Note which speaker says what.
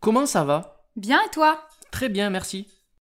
Speaker 1: Comment ça va
Speaker 2: Bien et toi
Speaker 1: Très bien, merci.